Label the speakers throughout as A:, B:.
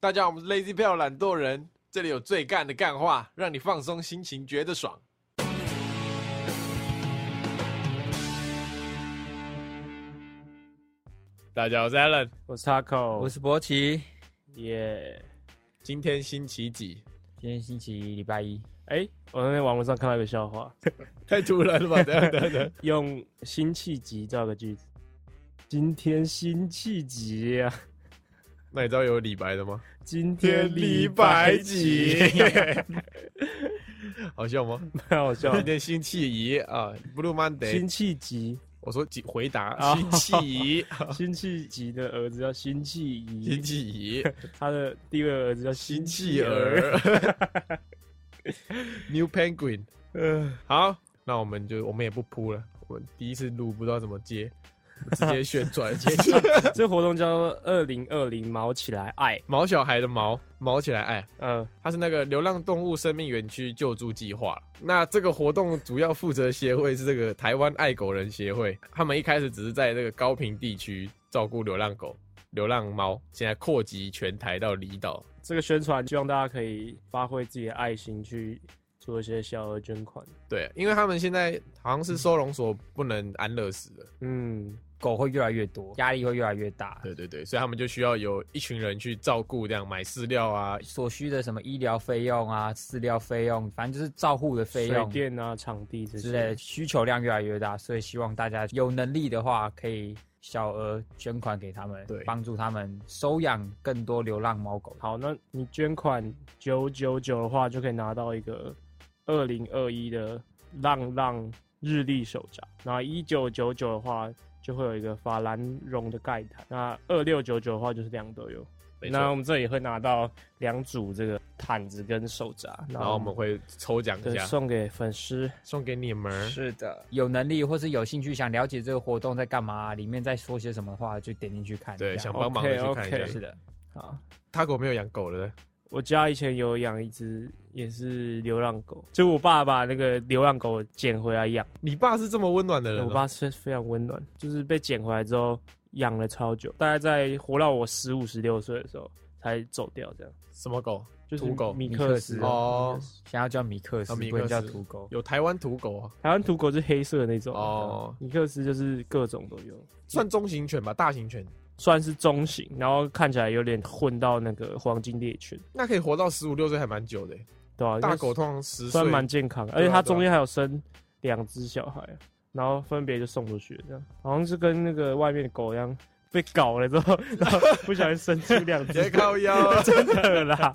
A: 大家好，我们是 Lazy 票懒惰人，这里有最干的干话，让你放松心情，觉得爽。
B: 大家好，我是 Alan，
C: 我是 Taco，
D: 我是博奇。
C: 耶。
A: 今天星期几？
D: 今天星期一，礼拜一。
C: 哎、我那天网络上看到一个笑话，
A: 太突然了 吧！等一下等一下等一下，
C: 用辛弃疾造个句子。今天辛弃疾啊，
A: 那你知道有李白的吗？
C: 今天李白几，
A: 好笑吗？
C: 蛮 好笑的。
A: 今天星期一啊，Blue
C: 辛
A: Monday。
C: 弃疾，
A: 我说几回答
C: 哦
A: 星期 一，
C: 辛弃疾的儿子叫辛弃
A: 星期
C: 疾，
A: 一，
C: 他的第二个儿子叫
A: 星
C: 辛
A: 期
C: 弃
A: 二
C: 儿。
A: ，New Penguin。
C: 嗯，
A: 好，那我们就我们也不铺了，我们第一次录不知道怎么接，直接旋转 接
C: 这活动叫“二零二零毛起来爱
A: 毛小孩的毛毛起来爱。”。
C: 嗯，
A: 它是那个流浪动物生命园区救助计划。那这个活动主要负责协会是这个台湾爱狗人协会，他们一开始只是在这个高平地区照顾流浪狗、流浪猫，现在扩及全台到离岛。
C: 这个宣传希望大家可以发挥自己的爱心去做一些小额捐款。
A: 对，因为他们现在好像是收容所不能安乐死了，
C: 嗯，
D: 狗会越来越多，压力会越来越大，
A: 对对对，所以他们就需要有一群人去照顾，这样买饲料啊，
D: 所需的什么医疗费用啊、饲料费用，反正就是照护的费
C: 水
D: 用
C: 电啊、场地这
D: 之类
C: 些
D: 的，。需求量越来越大，所以希望大家有能力的话，可以小额捐款给他们
A: 对，
D: 帮助他们收养更多流浪猫狗。
C: 好，那你捐款九九九的话，就可以拿到一个二零二一的浪浪日历手札。那一九九九的话，就会有一个法兰绒的盖毯。那二六九九的话，就是两都有。
A: 没错
C: 那我们这里会拿到两组这个毯子跟手札，
A: 然后我们嗯会抽奖一
C: 对
A: 下，
C: 送给粉丝。
A: 送给你们。
D: 是的，有能力或是有兴趣想了解这个活动在干嘛，里面在说些什么的话，就点进去看。哦
A: 对，
D: 这
A: 想
D: 样
A: 帮忙的去
C: OK，
A: 看一
C: OK
A: 下
D: 是。的，
C: 好，
A: 他狗没有养狗的，
C: 我家以前有养一只，也是流浪狗，就我爸把那个流浪狗捡回来养。
A: 你爸是这么温暖的人、
C: 我爸是非常温暖，就是被捡回来之后养了超久，大概在活到我十五十六岁的时候才走掉，这样。
A: 什么狗？
C: 就是
A: 土狗
C: 米克
D: 米
C: 斯啊
D: 克斯
A: 哦，
D: 想要叫米克斯，
A: 啊米
D: 不能
A: 克
D: 叫
A: 斯
D: 土狗。
A: 有台湾土狗啊，
C: 台湾土狗是黑色的那种
A: 哦
C: 哦，米克斯就是各种都有，
A: 算中型犬吧，大型犬，
C: 算是中型，然后看起来有点混到那个黄金猎犬，
A: 那可以活到十五六岁，还蛮久的欸。
C: 对啊吧、
A: 大狗通常十岁啊
C: 算，蛮健康的，而且它中间还有生两只小孩，然后分别就送出去了，这样好像是跟那个外面的狗一样。被搞了之后，然后不小心生出两 只
A: 别靠腰啊。
C: 真的啦，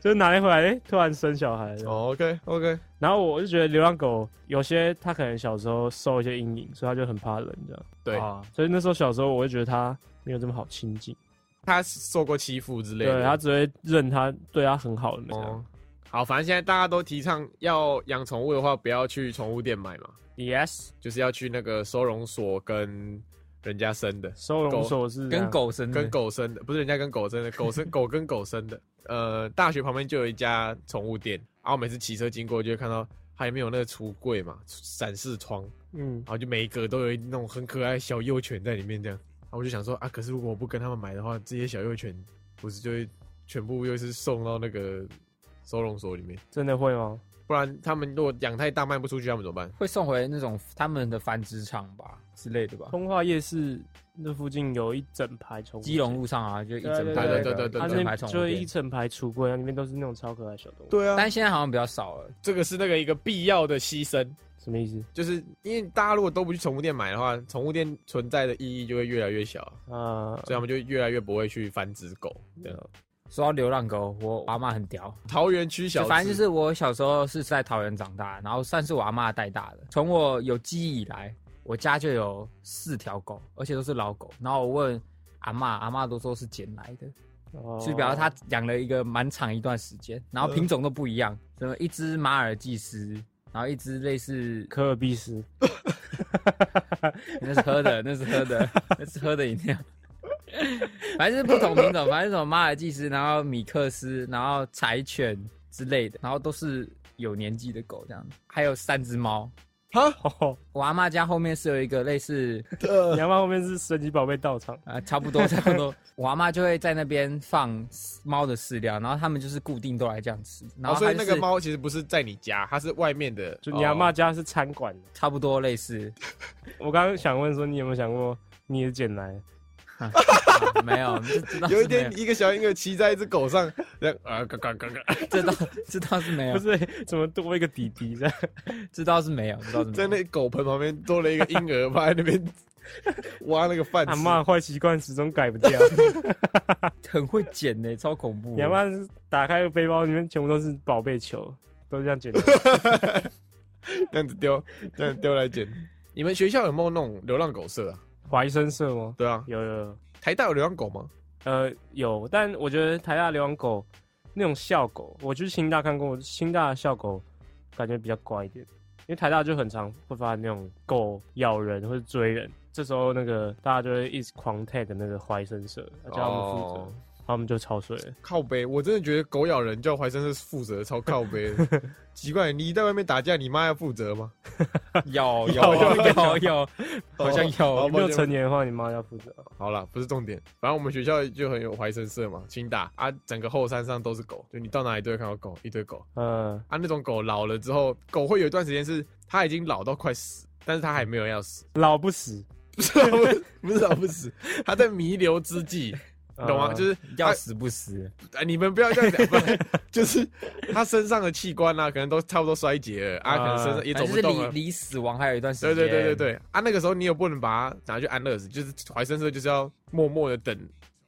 C: 就是哪天回来，哎、突然生小孩了。
A: 哦，OK OK，
C: 然后我就觉得流浪狗有些它可能小时候受一些阴影，所以它就很怕人这样。
A: 对，
D: 啊
C: 所以那时候小时候，我就觉得它没有这么好亲近，
A: 它受过欺负之类的。
C: 对，它只会认它对它很好的那样。
A: 哦，好，反正现在大家都提倡要养宠物的话，不要去宠物店买嘛，
C: yes，
A: 就是要去那个收容所跟人家生的，
C: 收容所是这
D: 跟
C: 样，
D: 狗生的
A: 跟狗生的，不是人家跟狗生的，狗 生狗跟狗生的。呃，大学旁边就有一家宠物店，然后我每次骑车经过就会看到它里面有那个橱柜嘛，展示窗。
C: 嗯
A: 然，后就每一个都有一那种很可爱的小幼犬在里面这样。然后我就想说啊，可是如果我不跟他们买的话，这些小幼犬不是就会全部又是送到那个收容所里面？
C: 真的会吗？
A: 不然他们如果养太大卖不出去，他们怎么办？
D: 会送回那种他们的繁殖场吧之类的吧。
C: 通化夜市那附近有一整排宠物店，
D: 基隆路上啊，就一
A: 对
D: 整排那
A: 对
D: 个
A: 对对
D: 一
A: 对
C: 它
D: 整
C: 那边
D: 排宠
C: 就
D: 物
C: 是一
D: 店，
C: 整排橱柜，里面都是那种超可爱的小动物。，
A: 对啊，
D: 但现在好像比较少了。
A: 这个是那个一个必要的牺牲，
C: 什么意思？
A: 就是因为大家如果都不去宠物店买的话，宠物店存在的意义就会越来越小，
D: 嗯
C: 啊、
A: 所以他们就越来越不会去繁殖狗。这样，
D: 说到流浪狗，我阿妈很屌，
A: 桃园区小
D: 就
A: 吃
D: 反正就是我小时候是在桃园长大，然后算是我阿妈带大的。从我有记忆以来，我家就有四条狗，而且都是老狗。然后我问阿妈，阿妈都说是捡来的，
C: 哦
D: 所以表示她养了一个蛮长一段时间，然后
A: 嗯
D: 品种都不一样，什么一只马尔济斯，然后一只类似
C: 科尔必 斯，
D: 那是喝的，那是喝的，那是喝的饮料。反正是不同品种，反正什么马尔济斯，然后米克斯，然后柴犬之类的，然后都是有年纪的狗这样子，还有三只猫，
A: 哈，
D: 我阿妈家后面是有一个类似
C: 哦你
A: 呃，
C: 阿妈后面是神奇宝贝到场，
D: 啊、差不多差不多，我阿妈就会在那边放猫的饲料，然后他们就是固定都来这样吃，然
A: 哦，
D: 后、
A: 所以那个猫其实不是在你家，它是外面的，
C: 就你阿妈
A: 哦
C: 家是餐馆的。
D: 差不多 类似，
C: 我刚刚想问说，你有没有想过你也捡来？
D: 啊没有，这这倒是
A: 有一
D: 没
A: 天，一个小婴儿骑在一只狗上，这样啊，嘎嘎嘎嘎，
D: 这倒这倒是没
C: 不
D: 有，
C: 是，怎么多一个弟弟这样？
D: 这倒是没有，这倒是没
A: 在
D: 有。
A: 那狗盆旁边多了一个婴儿，趴在那边挖那个饭吃。
C: 阿妈坏习惯始终改不掉。
D: 很会捡呢、超恐怖。
C: 你阿妈是打开背包，里面全部都是宝贝球，都是这样 捡的。
A: 这样子丢，这样丢来捡。你们学校有没有那种流浪狗社啊？
C: 怀生社吗？
A: 对啊，
C: 有有有，
A: 台大有流浪狗吗？
C: 呃，有，但我觉得台大流浪狗那种校狗，我去清大看过，清大的校狗感觉比较乖一点，因为台大就很常会发现那种狗咬人或者追人，这时候那个大家就会一直狂 tag 那个怀生社，叫他们负责，
A: 哦
C: 他们就超水了。
A: 靠背，我真的觉得狗咬人叫怀生是负责，超靠背的。奇怪，你在外面打架，你妈要负责吗？
D: 有
A: 有
D: 有有有，好像
A: 哦
D: 有。
C: 没有成年的话，你妈要负责。
A: 好啦，不是重点，反正我们学校就很有怀生社嘛，清大啊，整个后山上都是狗，就你到哪里都会看到狗，一堆狗
C: 呃，
A: 啊。那种狗老了之后，狗会有一段时间是它已经老到快死，但是它还没有要 死，
C: 老不死，
A: 不是老不不是老不死，它在弥留之际，你懂吗？啊
C: 呃
A: 就是
D: 要
A: 它
D: 死不死，
A: 啊，你们不要这样讲，不 然就是他身上的器官啊，可能都差不多衰竭了啊，可能身上也走
D: 反正
A: 不
D: 哎是
A: 动
D: 离
A: 了。
D: 离死亡还有一段时
A: 对
D: 间。
A: 对对对对，啊，那个时候你也不能把它拿去安乐死，就是怀生社就是要默默的等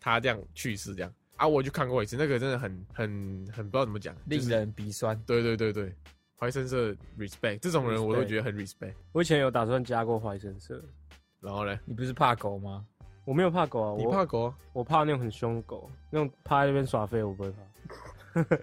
A: 他这样去世这样啊。我去看过一次，那个真的很很很不知道怎么讲，就
D: 令
A: 是
D: 人鼻酸。
A: 对对对对，怀生社 respect 这种人我都
C: Respect
A: 觉得很 respect。
C: 我以前有打算加过怀生社，
A: 然后呢，
D: 你不是怕狗吗？
C: 我没有怕狗啊，
D: 哦
A: 你
C: 我
A: 怕狗？
C: 我怕那种很凶的狗，那种趴在那边耍飞，我不会怕。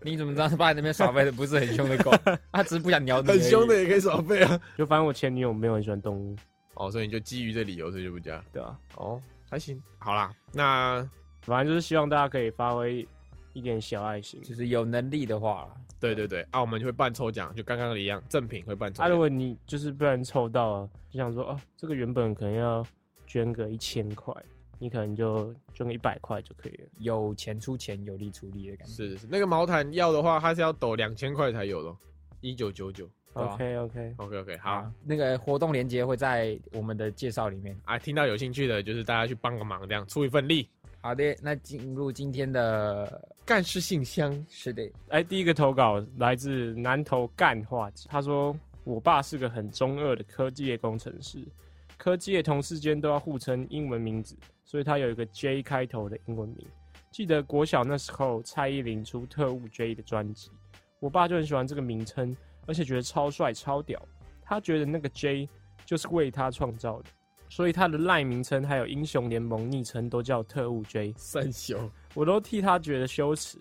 D: 你怎么知道爸那边耍飞的不是很凶的狗？他只是不想鸟 你。
A: 很凶的。也可以耍废啊。
C: 就反正我前女友没有很喜欢动物，
A: 哦，所以你就基于这理由，所以就不加。
C: 对啊，
A: 哦，还行，好啦，那
C: 反正就是希望大家可以发挥一点小爱心。
D: 就是有能力的话啦，
A: 对对对，啊，我们就会办抽奖，就刚刚的一样，赠品会办抽
C: 啊，
A: 奖
C: 如。果你就是被人抽到啊，就想说哦，这个原本可能要捐个一千块，你可能就捐个一百块就可以了。
D: 有钱出钱，有力出力的感觉。
A: 是是，那个毛毯要的话，它是要抖两千块才有的哦，一九九九。
D: 对啊
C: OK OK，
A: OK OK，好、
D: 啊，那个活动链接会在我们的介绍里面。
A: 啊，听到有兴趣的，就是大家去帮个忙，这样出一份力。
D: 好的，那进入今天的，
A: 干事信箱，
D: 是的，
C: 哎，第一个投稿来自南投干化，他说我爸是个很中二的科技业工程师，科技业同事间都要互称英文名字，所以他有一个 J 开头的英文名。记得国小那时候，蔡依林出《特务 J》的专辑，我爸就很喜欢这个名称，而且觉得超帅超屌。他觉得那个 J 就是为他创造的，所以他的赖名称还有英雄联盟昵称都叫特务 J。
A: 三 雄，
C: 我都替他觉得羞耻。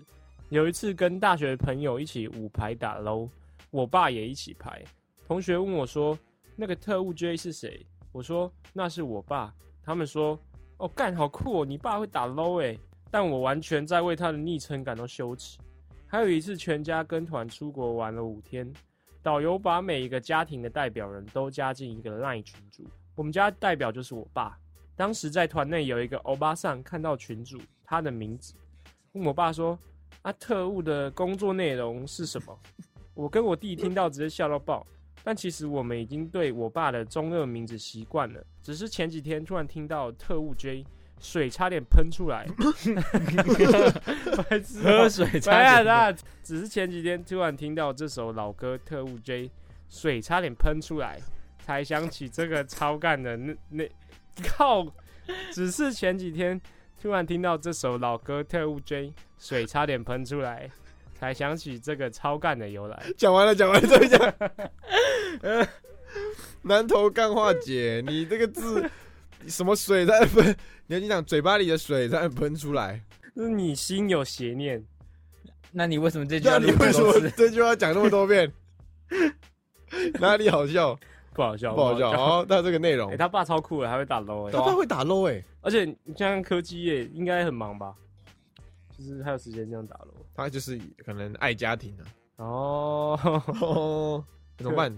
C: 有一次跟大学朋友一起五排打 LO，我爸也一起排。同学问我说：“那个特务 J 是谁？”我说：“那是我爸。”他们说：“哦，干好酷哦，你爸会打 LO 诶。”但我完全在为他的昵称感到羞耻。还有一次，全家跟团出国玩了五天，导游把每一个家庭的代表人都加进一个 LINE 群组，我们家代表就是我爸。当时在团内有一个欧巴桑看到群主他的名字，问我爸说：“啊，特务的工作内容是什么？” 我跟我弟听到直接笑到爆。但其实我们已经对我爸的中二名字习惯了，只是前几天突然听到特务 J，水差点喷出来， 白痴哦、
D: 喝水
C: 哎
D: 差点
C: 呀，那只是前几天突然听到这首老歌《特务 J》，水差点喷出来，才想起这个超干的那那靠！只是前几天突然听到这首老歌《特务 J》，水差点喷出来，才想起这个超干的由来。
A: 讲完了，讲完了，再讲。 呃南投干化姐，你这个字什么水在喷？你要你讲嘴巴里的水在喷出来，
C: 就是你心有邪念，
D: 那你为什么这句
A: 那
D: 要
A: 你
D: 录
A: 为
D: 这
A: 什
D: 么
A: 么
D: 多次？
A: 这句话讲那么多 遍？哪里好笑？
C: 不好笑，
A: 不好 笑。哦
C: 哎、
A: 好，那这个内容，
C: 他爸超酷的，还会打 low 哎、
A: 他爸会打 low 哎、
C: 而且你像科技业应该很忙吧？就是还有时间这样打 low。
A: 他就是可能爱家庭啊。
C: 哦，
A: 哦，怎么办？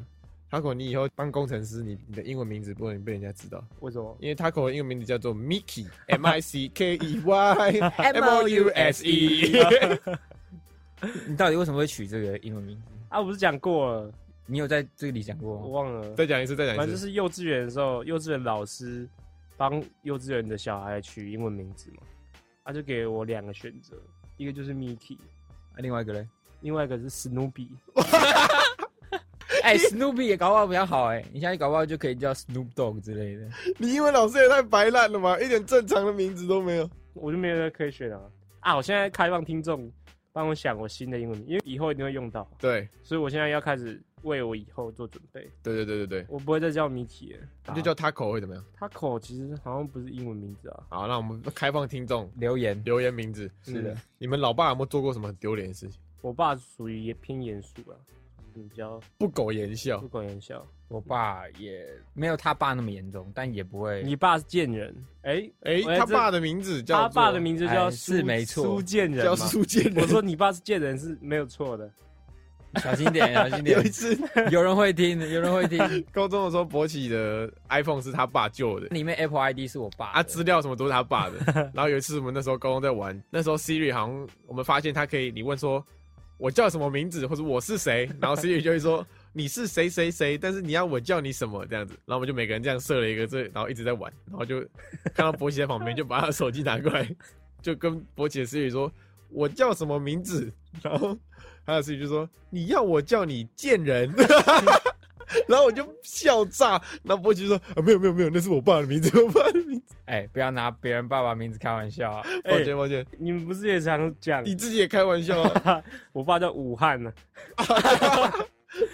A: Taco，你以后当工程师，你你的英文名字不能被人家知道，
C: 为什么？
A: 因为 Taco 的英文名字叫做 Mickey M I C K E Y M O U S E。
D: 你到底为什么会取这个英文名字？
C: 啊，我不是讲过了，
D: 你有在这里讲过
C: 我
D: 吗？
C: 忘了。
A: 再讲一次，再
C: 反
A: 讲一
C: 正就
A: 次。
C: 是幼稚园的时候，幼稚园老师帮幼稚园的小孩取英文名字嘛，他、就给我两个选择，一个就是 Mickey，
D: 啊另外一个嘞？
C: 另外一个是 Snoopy。
D: 哎，Snoopy 也搞不好比较好哎，你下去搞不好就可以叫 Snoop Dogg 之类的。
A: 你英文老师也太白烂了吧，一点正常的名字都没有。
C: 我就没有可以选啊。啊，我现在开放听众帮我想我新的英文名，因为以后一定会用到，
A: 对，
C: 所以我现在要开始为我以后做准备。
A: 对对对对对，
C: 我不会再叫 Miki 了，啊
A: 你就叫 Taco 会怎么样？
C: 他口其实好像不是英文名字啊。
A: 好，那我们开放听众
D: 留言
A: 留言名字。
D: 是的
C: 嗯，
A: 你们老爸有没有做过什么很丢脸的事情？
C: 我爸属于也偏严肃啊，嗯，比较
A: 不苟言笑
C: 不，苟言笑。
D: 我爸也没有他爸那么严重，但也不会。
C: 你爸是贱人，哎、
A: 哎、
C: 我
A: 他
C: 这
A: 爸的名字叫
C: 他
A: 做
C: 爸的名字叫
D: 哎
C: 苏、
D: 是没错
C: 苏贱人
A: 叫
C: 嘛
A: 苏建
C: 我
A: 仁。
C: 说你爸是贱人是没有错的，
D: 小心点，小心 点
A: 有一，次
D: 有人会听，有 人会听。
A: 高中的时候，博起的 iPhone 是他爸旧的。
D: 里面 Apple ID 是我爸
A: 啊，
D: 的
A: 资料什么都是他爸的。然后有一次我们那时候高中在玩，那时候 Siri 好像我们发现他可以，你问说我叫什么名字，或者我是谁，然后 Siri 就会说你是谁谁谁，但是你要我叫你什么这样子。然后我们就每个人这样设了一个这，然后一直在玩，然后就看到博奇在旁边，就把他的手机拿过来， 就跟博奇的 Siri 说我叫什么名字，然后他的 Siri 就说你要我叫你贱人。 然后我就笑炸，然后博奇就说：“啊，没有没有没有，那是我爸的名字，我爸的名字。”
D: 哎、不要拿别人爸爸名字开 玩笑、啊。
A: 抱歉抱歉，
C: 你们不是也常讲
A: 哎你自己也开玩笑啊，
C: 我爸叫武汉啊呢、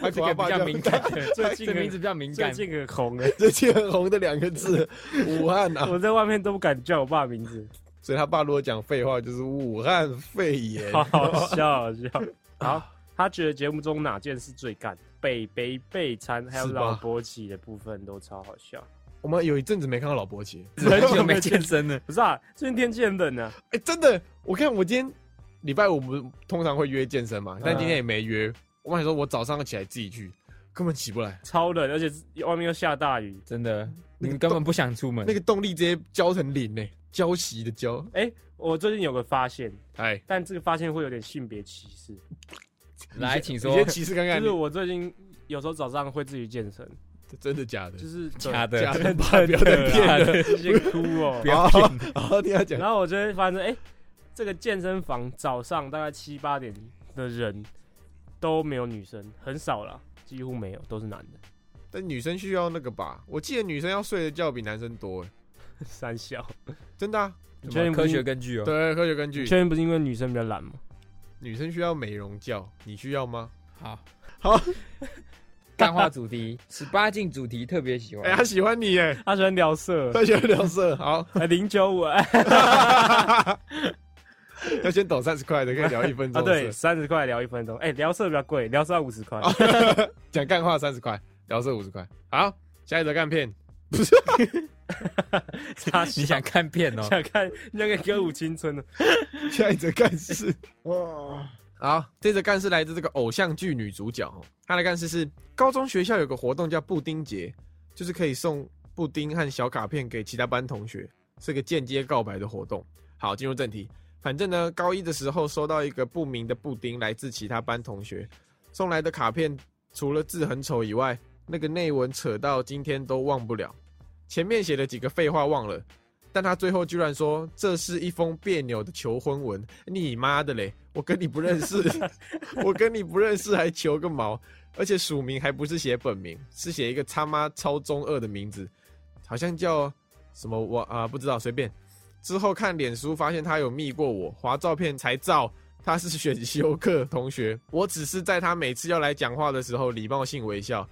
A: 还口
D: 这
A: 他
D: 个比
A: 爸
D: 较
A: 叫
D: 敏感，的，
C: 最近
D: 这个名字比较敏
C: 最
D: 感。
C: 近很红哎、
A: 最近很红的两个字， 武汉啊，
C: 我在外面都不敢叫我爸名 字，
A: 所以他爸如果讲废话就是武汉肺炎。
C: 好好笑好笑。
A: 啊
C: 好，他觉得节目中哪件事最干？北北备餐还有
A: 是吧
C: 老伯起的部分都超好笑。
A: 我们有一阵子没看到老伯奇，
D: 很久没健 身了，
C: 不是啊，最近天气很冷啊，
A: 哎，真的，我看我今天礼拜五我们通常会约健身嘛，但今天也没约。我想说，我早上起来自己去，根本起不来，
C: 超冷，而且是外面又下大雨。
D: 真的，
A: 那
D: 你
A: 个
D: 们根本不想出门。
A: 那个动力直接焦成零呢，焦熄的焦。
C: 哎、我最近有个发现，
A: 哎，
C: 但这个发现会有点性别歧视，
D: 来，请
A: 你
D: 说
A: 先，歧视看看
C: 就，是我最近有时候早上会自己健身，
A: 真的假的
C: 就？是
D: 假的，
A: 假的
D: 真
A: 吧，不要再骗人。
D: 的，
C: 对直接哭哦、
D: 不要骗
A: 好 好，听他讲。
C: 然后我就会发现，哎、这个健身房早上大概七八点的人都没有女生，很少啦，几乎没有，都是男 的。
A: 但女生需要那个吧？我记得女生要睡的觉比男生多，欸
C: 三小，
A: 真的、啊。
C: 你
D: 什
C: 确定
D: 么
C: 不
D: 科学
C: 是？
D: 根据哦。
A: 对，科啊学根
C: 你
A: 据，
C: 确定不是因为女生比较懒吗？
A: 女生需要美容觉，你需要吗？
D: 好，
A: 好，
D: 干话主题，十八禁主题特别喜
A: 哎、
D: 欢
A: 他。喜欢你耶，
C: 她喜欢聊色，
A: 他喜欢聊 色。好，
C: 哎，零九五哎
A: 要先抖三十块的，可以聊一分
C: 啊，
A: 钟。
C: 对，
A: 是，
C: 三十块聊一分钟，哎、聊色比较贵，聊色要五十块，
D: 哦
A: 讲干话三十块，聊色五十块。好，下一则干片，
C: 他
D: 你想看片哦？
C: 想看那个歌舞青春呢？
A: 下一则干事。
C: 哇，
A: 好，这则干事来自这个偶像剧女主角哦，她的干事是高中学校有个活动叫布丁节，就是可以送布丁和小卡片给其他班同学，是个间接告白的活动。好，进入正题，反正呢，高一的时候收到一个不明的布丁，来自其他班同学送来的卡片，除了字很丑以外，那个内文扯到今天都忘不了，前面写了几个废话忘了。但他最后居然说：“这是一封别扭的求婚文，你妈的嘞！我跟你不认识， 我跟你不认识还求个毛！而且署名还不是写本名，是写一个他妈超中二的名字，好像叫什么我啊、不知道，随便。之后看脸书发现他有密过我，划照片才照他是选修课同学，我只是在他每次要来讲话的时候礼貌性微笑，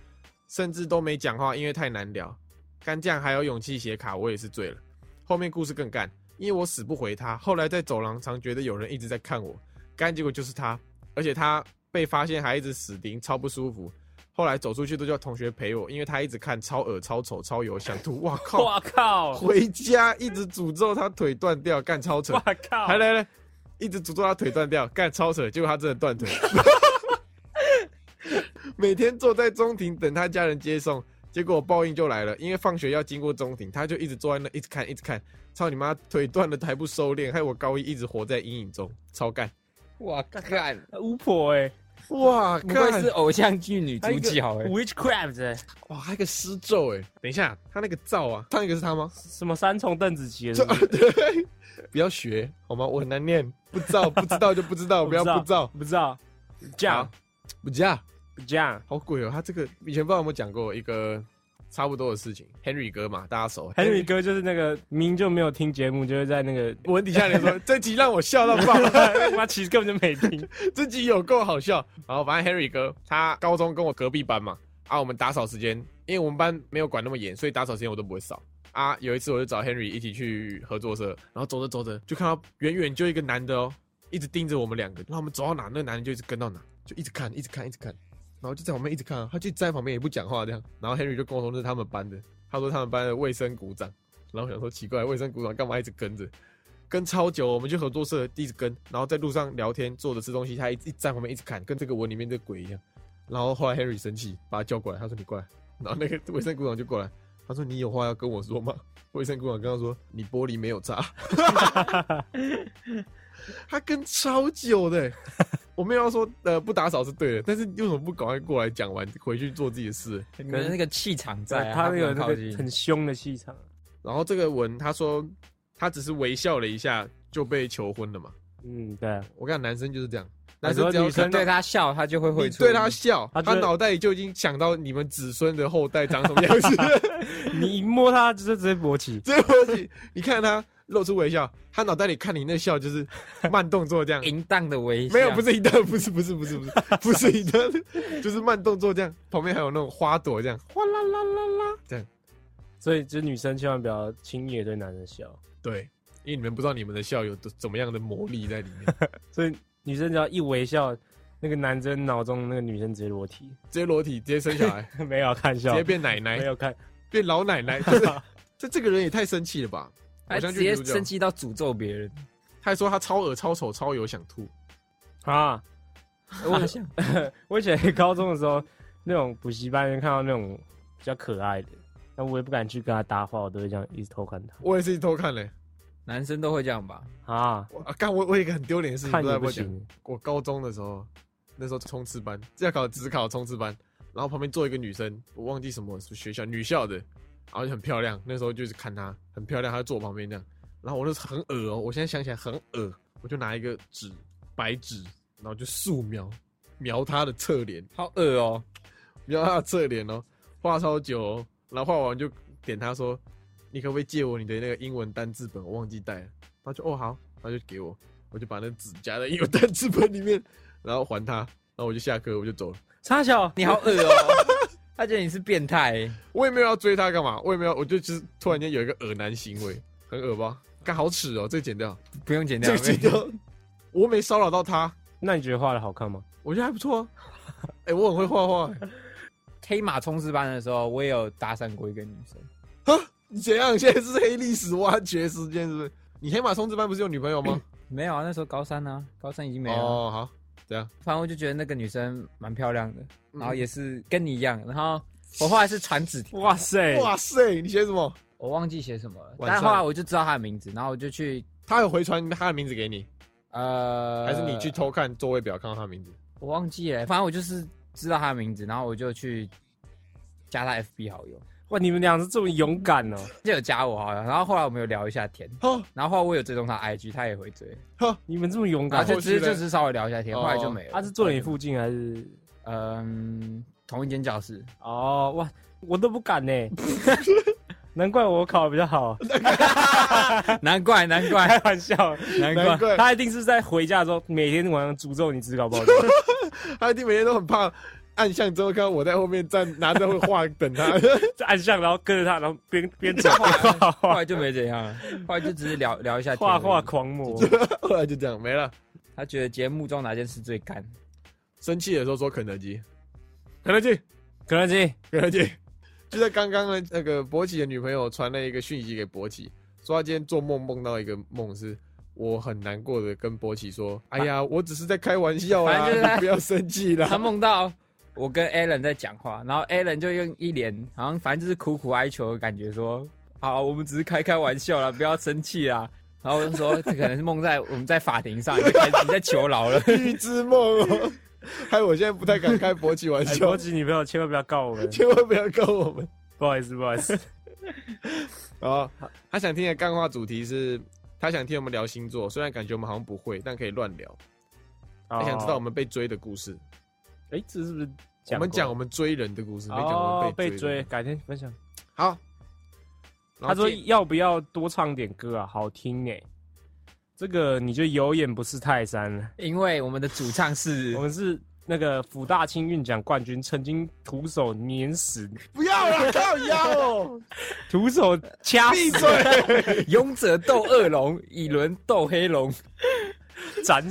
A: 甚至都没讲话，因为太难聊。干这样还有勇气写卡，我也是醉了。”后面故事更干，因为我死不回他。后来在走廊常觉得有人一直在看我，干结果就是他，而且他被发现还一直死盯，超不舒服。后来走出去都叫同学陪我，因为他一直看超恶、超丑、超油，想吐。哇靠！
C: 哇靠，哇
A: 回家一直诅咒他腿断掉，干超扯。
C: 靠，
A: 来来来，一直诅咒他腿断掉，干超扯，结果他真的断腿。 每天坐在中庭等他家人接送，结果报应就来了，因为放学要经过中庭，他就一直坐在那一直看一直看，操你妈，腿断了还不收敛，害我高一一直活在阴影中，超干，
D: 哇，干，
C: 巫婆哎、
A: 哇，
D: 不愧
A: 干
D: 是，偶像剧女
C: 还有
D: 主
C: 一个
D: 角哎、
C: Witchcraft 哎、
A: 哇，还有个施咒哎，等一下，他那个灶啊，他那个是他吗？
C: 什么三重邓紫棋的是不是，
A: 对， 不要学好吗？我很难念，不知道不知道就不知 道，不要不知道，
C: 不知道，这样
A: 好不加。
C: 这样
A: 好鬼哦！他这个以前不知道有没有讲过一个差不多的事情，Henry 哥嘛，大家熟。
C: ，Henry 哥就是那个明明就没有听节目，就会在那 个，
A: 文底下人说这集让我笑到爆，
C: 他其实根本就没 听，
A: 这集有够好笑。然后反正 Henry 哥他高中跟我隔壁班嘛，啊，我们打扫时间，因为我们班没有管那么严，所以打扫时间我都不会扫。啊，有一次我就找 Henry 一起去合作社，然后走着走着就看到远远就一个男的哦，一直盯着我们两个，然后我们走到哪，那个男人就一直跟到哪，就一直看，一直看，一直看，然后就在旁边一直看、啊，他就一直在旁边也不讲话这样。然后 Henry 就跟我说那是他们班的，他说他们班的卫生股长，然后我想说奇怪，卫生股长干嘛一直跟着？跟超久，我们去合作社一直跟，然后在路上聊天，坐着吃东西，他一直在旁边一直看，跟这个文里面的鬼一样。然后后来 Henry 生气，把他叫过来，他说你过来，然后那个卫生股长就过来，他说你有话要跟我说吗？ 卫生股长跟他说你玻璃没有擦，他跟超久的、 欸我没有要说呃不打扫是对的，但是为什么不赶快过来讲完回去做自己的事？
D: 你们那个气场在、
C: 对，
D: 啊，
C: 他
D: 不
C: 们
D: 能
C: 有那
D: 靠
C: 个
D: 近
C: 很凶的气场，
A: 然后这个文他说他只是微笑了一下就被求婚了嘛，
C: 嗯，对啊，
A: 我看男生就是这样，
C: 你
A: 男
C: 说
A: 生只要
C: 女生
A: 看
D: 你对他笑，他就会会
A: 你
D: 出。，
A: 对他笑，
C: 他
A: 他
C: 就会
A: 脑袋里就已经想到你们子孙的后代长什么样子。
C: 你一摸他就是直接勃起，
A: 这东西，你看他露出微笑，他脑袋里看你那笑就是慢动作这样
D: 淫荡的微笑，
A: 没有，不是一段，不是，不是，不是，不是，不是一段，就是慢动作这样，旁边还有那种花朵这样，哗啦啦啦啦，这样，
C: 所以就是女生千万不要轻易的对男生笑，
A: 对，因为你们不知道你们的笑有多怎么样的魔力在里面，
C: 所以女生只要一微笑，那个男生脑中那个女生直接裸体，
A: 直接裸体，直接生小孩，
C: 没有看
A: 直
C: 笑
A: 接，变奶
C: 啊没
A: 奶，
C: 有看，
A: 变老奶 奶，就是这这个人也太生气了吧？
D: 他
A: 好像
D: 哎直接
A: 就
D: 生气到诅咒别人。
A: 他还说他超恶、超丑、超油，想吐。
C: 啊，
A: 哦
D: 我想，
C: 我以前高中的时候，那种补习班看到那种比较可爱的，那我也不敢去跟他搭话，我都会这样一直偷看
A: 我也是偷看嘞、
D: 男生都会这样吧？
C: 他啊，
A: 我啊，干我我有一个很丢脸的事情，
C: 看
A: 不知
C: 你
A: 道要
C: 不
A: 要讲。
C: 行，
A: 我高中的时候，那时候冲刺班要考只考冲刺班，然后旁边坐一个女生，我忘记什么学校女校的，然后就很漂亮。那时候就是看她很漂亮，她就坐我旁边这样，然后我那时候很恶哦、我现在想起来很恶，我就拿一个纸白纸，然后就素描描她的侧脸，
D: 好恶哦、
A: 描她的侧脸哦，画超久、哦，然后画完就点她说，你可不可以借我你的那个英文单字本？我忘记带了。他就哦好，他就给我，我就把那纸夹在英文单字本里面，然后还他，然后我就下课我就走了。
C: 差小，
D: 你好恶哦、 他觉得你是变态、
A: 我也没有要追他干嘛，我也没有，我就就是突然间有一个恶男行为，很恶吧？干好耻哦、这个剪掉，
D: 不用剪
A: 这
D: 掉
A: 个。剪掉。我没骚扰到他，
C: 那你觉得画的好看吗？
A: 我觉得还不错啊。哎、我很会画画、
D: 黑马冲刺班的时候，我也有搭讪过一个女生。
A: 你怎样？现在是黑历史挖掘时间是不是？你黑马冲刺班不是有女朋友吗？
D: 没有啊，那时候高三啊，高三已经没有了。
A: 哦，好，
D: 反正我就觉得那个女生蛮漂亮的，
A: 嗯
D: 然后也是跟你一样，然后我后来是传纸条，
C: 哇塞，
A: 哇塞，你写什么？
D: 我忘记写什么了，
A: 晚上
D: 但后来我就知道她的名字，然后我就去
A: 他有回传他的名字给你，
D: 呃，
A: 还是你去偷看座位表看到他的名字？
D: 我忘记了，反正我就是知道他的名字，然后我就去加他 FB 好友，
C: 哇，你们俩是这么勇敢哦、
D: 他就有加我好友，然后后来我们有聊一下天，
A: 哦，
D: 然后后来我有追踪他 IG，他也会追，
C: 你们这么勇
D: 然
C: 敢
D: 后，就
A: 后
D: 只
A: 续
D: 是
A: 嘞
D: 就只是稍微聊一下天，
A: 哦
D: 后来就没了。
C: 他是坐你附近还是？
D: 嗯同一间教 室，
C: 哦，哇，我都不敢呢、 难怪我考的比较好，
D: 难怪难
C: 开
D: 怪
C: 玩笑，
D: 难
A: 难
D: 怪，
A: 怪
C: 他一定是在回家的时候每天晚上诅咒你只搞不 好。
A: 他一定每天都很怕暗巷之后看到我在后面站拿着画等 他，
C: 在暗巷，然后跟着他，然后边边走
D: 后
C: 画
D: 来后
C: 画
D: 来就没怎样了，后来就只是聊聊一下天而
C: 画
D: 已。
C: 画狂魔，
A: 后来就这样没了。
D: 他觉得节目中哪件事最 干？
A: 生气的时候说肯德基，肯德基，
C: 肯德基
A: 肯德基。就在刚刚呢，那个博奇的女朋友传了一个讯息给博奇，说她今天做梦梦到一个梦是。我很难过啊的跟博奇说：“哎呀，我只是在开玩笑
D: 反
A: 啊，
D: 正就是
A: 你
D: 他
A: 不要生气啦。
D: 他梦到我跟 Alan 在讲话，然后 Alan 就用一脸好像反正就是苦苦哀求的感觉说：“好，我们只是开开玩笑啦，不要生气啦。”然后我就说：“这可能是梦在我们在法庭上，你在你在求饶了。
A: 预知梦 哦，害我现在不太敢开勃起玩
C: 哎，
A: 笑
C: 国，籍女朋友千万不要告我们，
A: 千万不要告我们。
C: 不好意思，不好意思。
A: 哦，他想听的干话主题是，他想听我们聊星座，虽然感觉我们好像不会，但可以乱聊。
C: 哦
A: 他
C: 他
A: 想知道我们被追的故事，
C: 哦哎，这是不是
A: 我们
C: 过
A: 讲我们追人的故事，没讲我
C: 哦
A: 们
C: 被
A: 追。
C: 追，改天分享。
A: 好，然后
C: 他说
A: 接
C: 要不要多唱点歌啊？好听哎、这个你就有眼不识泰山了。”
D: 因为我们的主唱是
C: 我们是那个福大青运奖冠军，曾经徒手碾 死，
A: 不要
C: 啊
A: 了，靠腰哦，
C: 徒手掐
A: 闭
C: 死、
A: 嘴，
D: 勇者斗恶龙，以轮斗黑龙。
C: 斩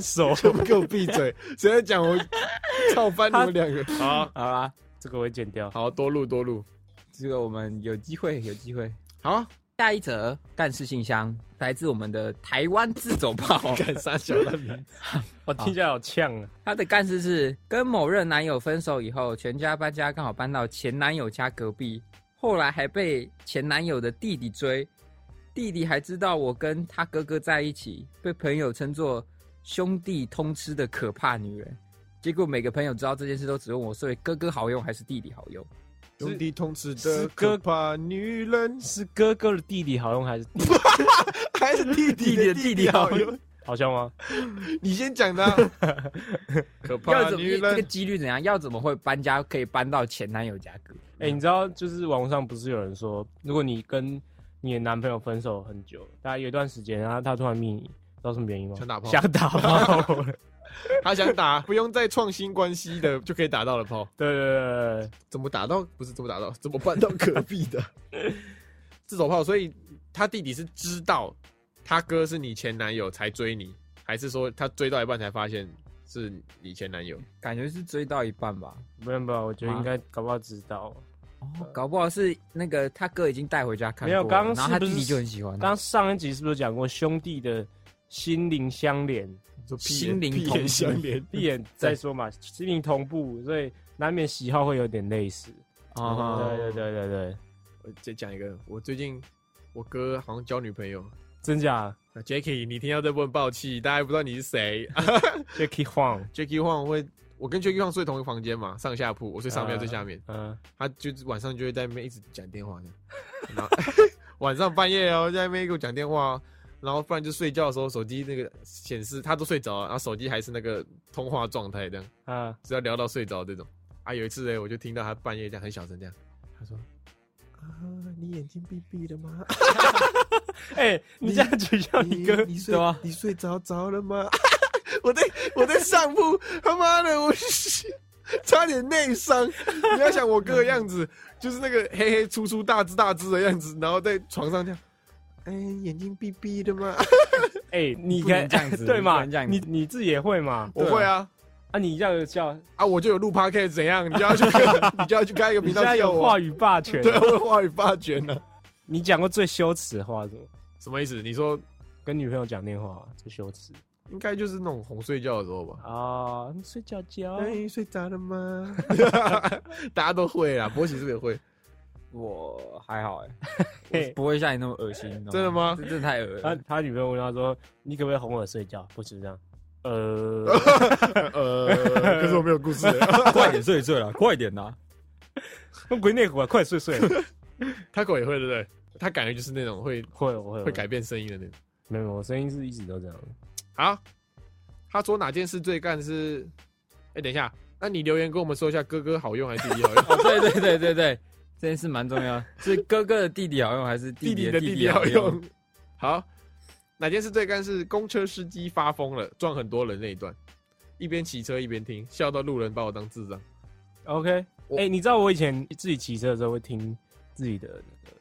C: 首。
A: 给我闭 嘴，谁在讲我操翻你们两个？好
D: 好啦，
C: 这个我会剪掉。
A: 好多录多录，
D: 这个我们有机会，有机会。
A: 好，
D: 下一则干事信箱来自我们的台湾自走 炮。
A: 敢杀小烂名，
C: 我听起来好呛啊！
D: 她的干事是跟某任男友分手以后，全家搬家，刚好搬到前男友家隔壁，后来还被前男友的弟弟追，弟弟还知道我跟他哥哥在一起，被朋友称作兄弟通吃的可怕女人。结果每个朋友知道这件事，都只问我，所以哥哥好用还是弟弟好用？
A: 兄弟通吃的
C: 是
A: 可
C: 哥
A: 怕女人，
C: 是哥哥的弟弟好用 还是
A: 还是弟弟的弟弟好用？
C: 好笑吗？
A: 嗯你先讲 的啊，可
D: 要
A: 怕
D: 怎么
A: 女
D: 这个
A: 人，
D: 几率怎样？要怎么会搬家可以搬到前男友家隔壁？
C: 哎、你知道就是网络上不是有人说，如果你跟你的男朋友分手很久，大概有一段时间，然后他突然密你，知道什么原因吗？
A: 想打炮
C: 想打炮。对
A: 他想打不用再创新关系的就可以打到了炮，
C: 对对对对，
A: 怎么打到？不是怎么打到，怎么搬到隔壁 的自走炮？所以他弟弟是知道他哥是你前男友才追你，还是说他追到一半才发现是你前男友？
D: 感觉是追到一半吧。
C: 不用不用，我觉得应该搞不好知道。
D: 哦，搞不好是那个他哥已经带回家看过
C: 没
D: 了，
C: 有刚刚
D: 然后他
C: 是不是
D: 弟弟就很喜欢他。
C: 刚上一集是不是讲过兄弟的心灵相连？
D: 嗯
A: 说屁眼
D: 心灵
A: 屁眼
D: 同步
A: 相 连，
C: 闭眼再说嘛，心灵同步，所以难免喜好会有点类似。
D: 啊
A: 哦
C: 啊对对对对对，
A: 我再讲一个，我最近我哥好像交女朋友。
C: 真假
A: 那 Jacky，你听到这部分爆气，大家也不知道你是谁。
C: ？Jacky Huang，
A: Jacky 晃会，我跟 Jacky 晃睡同一个房间嘛，上下铺，我睡上面，他睡
C: 啊
A: 下面。
C: 嗯，
A: 他就是晚上就会在那边一直讲电话这样，然后 晚上半夜哦，在那边给我讲电话哦，然后不然就睡觉的时候手机那个显示他都睡着了，然后手机还是那个通话状态这样，
C: 啊，
A: 只要聊到睡着这种。啊，有一次呢，我就听到他半夜这样很小声这样，他说：“啊，你眼睛闭闭了吗？
C: 哎，你这样就像你哥，
A: 你睡
D: 啊
A: 你睡着着了吗？” 我在我在上铺，他妈的我差点内伤。你要想我哥的样子，就是那个黑黑粗粗大只大只的样子，然后在床上这样，哎，眼睛闭闭的 吗？
C: 哎，你
D: 不能
C: 看
D: 这样子
C: 对
D: 不
C: 嘛？
D: 能这样子
C: 你你自己也会嘛？
A: 我会啊
C: 啊，你这样叫，
A: 啊，我就有录 podcast 怎样？你就要去 看，你就要去开一个
C: 你
A: 频
C: 现
A: 道
C: 在
A: 叫
C: 有
A: 我
C: 话，语霸权。
A: 对，我有话语霸权呢、
C: 你讲过最羞耻的话是什么？
A: 什么意思？你说
C: 跟女朋友讲电话最羞耻
A: 应该就是那种哄睡觉的时候吧？
C: 啊！你睡觉觉
A: 哎，睡着了 吗？大家都会啦，博喜是不是也会？
D: 我还好哎、
C: 嘿
D: 我不会像你那么恶心，你知道
A: 真的吗
D: 这真的太恶
C: 他
D: 了。
C: 他女朋友问他说：“你可不可以哄我睡觉？”不是这样，呃，
A: 呃，可是我没有故事。
D: 快点睡睡了，快点呐！
C: 用 鬼内裤啊，快睡睡。
A: 他狗也会，对不对？他感觉就是那种会
C: 会，我会，我
A: 会改，变声音的那种。
C: 没有，没有我声音是一直都这样。
A: 好，他说哪件事最干是？哎、等一下，那你留言跟我们说一下，哥哥好用还是弟弟 好用？
D: 哦，对对对对对，这件事蛮重要。是哥哥的弟弟好用，还是
A: 弟
D: 弟
A: 的
D: 的
A: 弟
D: 弟
A: 好
D: 好
A: 用？。好，哪件事最干是公车司机发疯了，撞很多人那一段，一边骑车一边听，笑到路人把我当智障。
C: OK，哎、
A: 我
C: 你知道我以前自己骑车的时候会听自己的